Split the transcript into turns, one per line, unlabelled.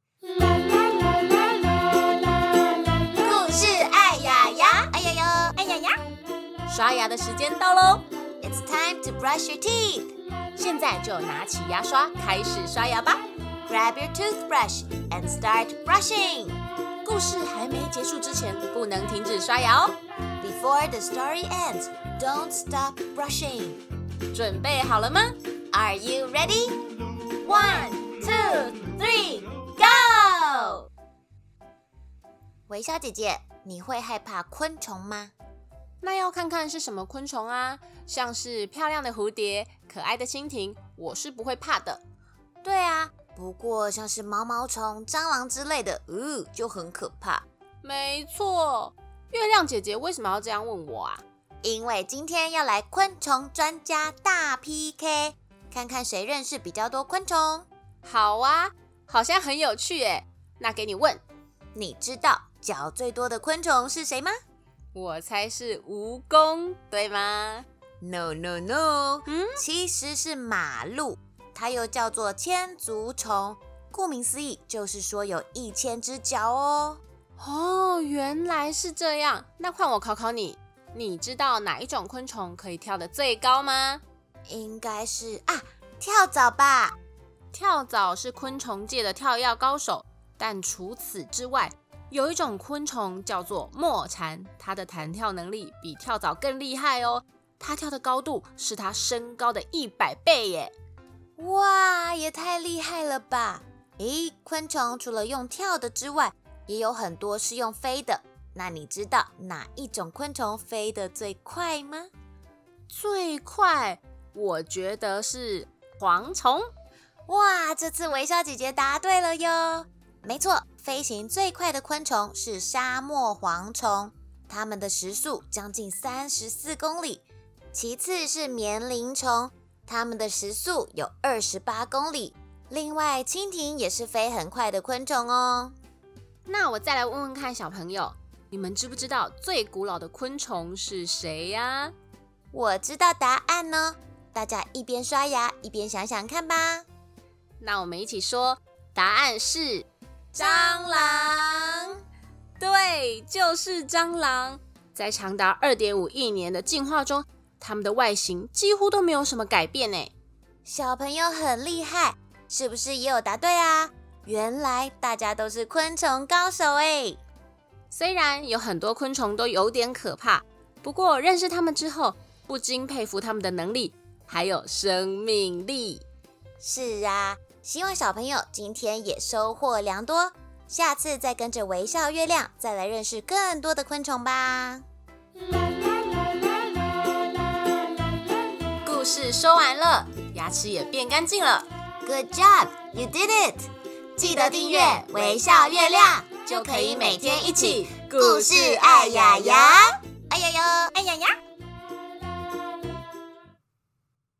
哎刷牙的时间到喽！
哎 It's time to brush your teeth.
现在就拿起牙刷开始刷牙吧。
Grab your toothbrush and start brushing.
故事还没结束之前，不能停止刷牙哦。
Before the story ends, don't stop brushing.
准备好了吗？
Are you ready?
One, two, three, go！
微笑姐姐，你会害怕昆虫吗？
那要看看是什么昆虫啊，像是漂亮的蝴蝶、可爱的蜻蜓，我是不会怕的。
对啊，不过像是毛毛虫、蟑螂之类的，呃，就很可怕。
没错，月亮姐姐为什么要这样问我啊？
因为今天要来昆虫专家大 PK，看看谁认识比较多昆虫。
好啊，好像很有趣诶。那给你问，
你知道脚最多的昆虫是谁吗
我猜是蜈蚣，对吗？
？No No No，
嗯
其实是马路，它又叫做千足虫。顾名思义，就是说有一千只脚哦。
哦，原来是这样。那换我考考你，你知道哪一种昆虫可以跳得最高吗？
应该是啊，跳蚤吧？
跳蚤是昆虫界的跳跃高手，但除此之外，有一种昆虫叫做墨蝉，它的弹跳能力比跳蚤更厉害哦。它跳的高度是它身高的一百倍耶！
哇，也太厉害了吧！咦，昆虫除了用跳的之外，也有很多是用飞的。那你知道哪一种昆虫飞得最快吗？
最快，我觉得是蝗虫。
哇，这次微笑姐姐答对了哟！没错，飞行最快的昆虫是沙漠蝗虫，它们的时速将近三十四公里。其次是棉铃虫，它们的时速有二十八公里。另外，蜻蜓也是飞很快的昆虫哦。
那我再来问问看小朋友，你们知不知道最古老的昆虫是谁呀、
我知道答案呢，大家一边刷牙一边想想看吧。
那我们一起说，答案是
蟑螂。
对，就是蟑螂。在长达二点五亿年的进化中，它们的外形几乎都没有什么改变呢。
小朋友很厉害，是不是也有答对啊？原来大家都是昆虫高手哎！
虽然有很多昆虫都有点可怕，不过认识它们之后，不禁佩服它们的能力，还有生命力。
是啊，希望小朋友今天也收获良多，下次再跟着微笑月亮再来认识更多的昆虫吧。
故事说完了，牙齿也变干净了。
Good job, you did it！记得订阅微笑月亮，就可以每天一起故事爱呀呀，哎呀呀，哎呀呀。